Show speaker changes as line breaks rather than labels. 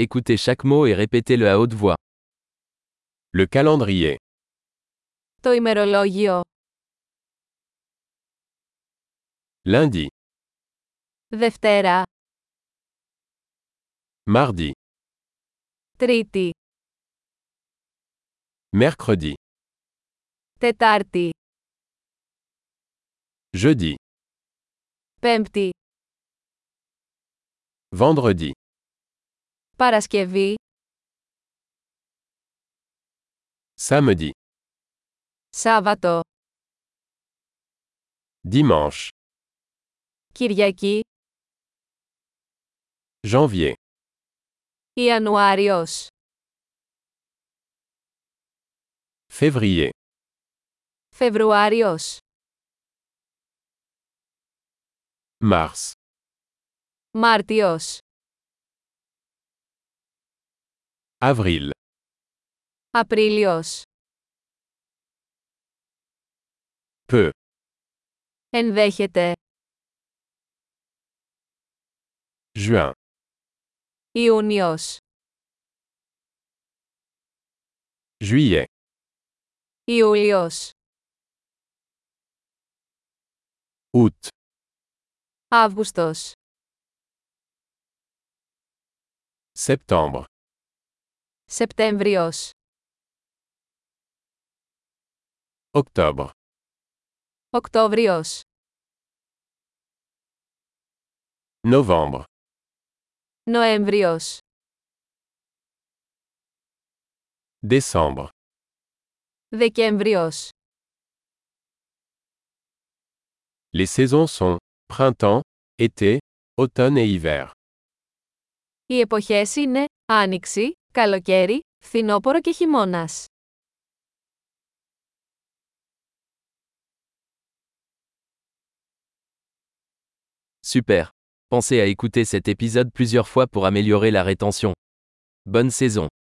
Écoutez chaque mot et répétez-le à haute voix. Le calendrier.
Το ημερολόγιο.
Lundi,
Δευτέρα,
mardi,
Τρίτη,
mercredi,
Τετάρτη,
jeudi,
Πέμπτη,
vendredi,
Παρασκευή,
samedi,
Σάββατο,
dimanche,
Κυριακή,
janvier,
Ιανουάριος,
février,
Φεβρουάριος,
mars,
Μάρτιος,
avril,
Απρίλιος,
peu,
ενδέχεται,
juin,
Ιούνιος,
juillet,
Ιούλιος,
août,
Αύγουστος,
septembre,
Σεπτέμβριος,
octobre,
Οκτώβριος,
novembre,
Νοέμβριος,
décembre,
Δεκέμβριος.
Les saisons sont printemps, été, automne et hiver.
Οι εποχές είναι Άνοιξη, Καλοκαίρι, Φθινόπορο και Χειμώνας.
Super. Pensez à écouter cet épisode plusieurs fois pour améliorer la rétention. Bonne saison.